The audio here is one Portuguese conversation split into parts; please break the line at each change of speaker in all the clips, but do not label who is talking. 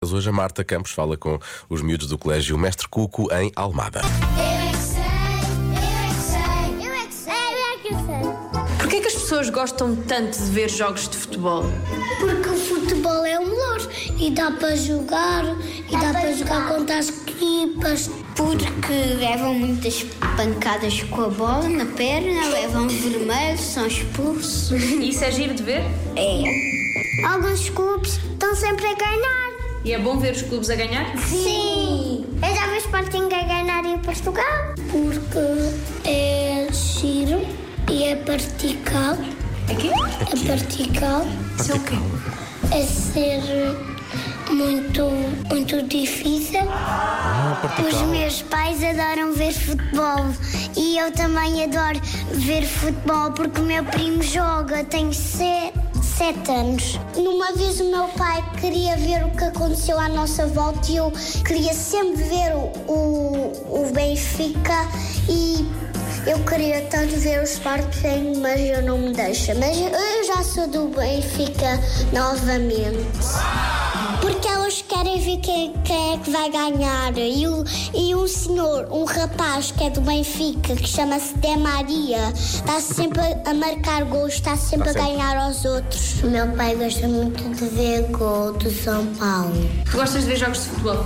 Mas hoje a Marta Campos fala com os miúdos do Colégio Mestre Cuco em Almada.
Porquê é que as pessoas gostam tanto de ver jogos de futebol?
Porque o futebol é um melhor e dá para jogar, e dá, para jogar contra as equipas.
Porque levam muitas pancadas com a bola na perna, levam vermelho, são expulsos.
Isso é giro de ver?
Alguns clubes estão sempre a ganhar.
E é bom ver os clubes a ganhar?
Sim! Eu já vi o Sporting a ganhar em Portugal. Porque é giro e é vertical.
Aqui?
É vertical.
Isso é o quê?
É ser muito, muito difícil. Os meus pais adoram ver futebol e eu também adoro ver futebol porque o meu primo joga, tem se- sete anos. Numa vez o meu pai queria ver o que aconteceu à nossa volta e eu queria sempre ver o, o, o Benfica e eu queria tanto ver o Sporting, mas eu não me deixo. Mas eu já sou do Benfica novamente. Porque elas querem ver quem, quem é que vai ganhar. E, o, e um senhor, um rapaz que é do Benfica, que chama-se De Maria, está sempre a marcar gols, está sempre a ganhar aos outros. O meu pai gosta muito de ver gol do São Paulo.
Tu gostas de ver jogos de futebol?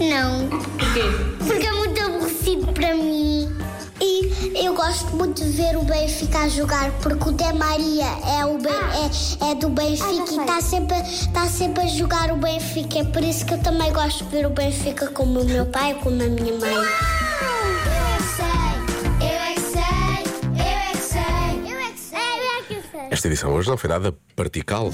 Não,
Porquê?
porque é muito aborrecido para mim. E eu gosto muito de ver o Benfica a jogar, porque o De Maria é, o Ben- é, é do Benfica e está sempre, tá sempre a jogar o Benfica. É por isso que eu também gosto de ver o Benfica como o meu pai, como a minha mãe. é Eu é que sei, eu é que sei, eu é que sei, eu é que sei.
Esta edição hoje não foi nada partical.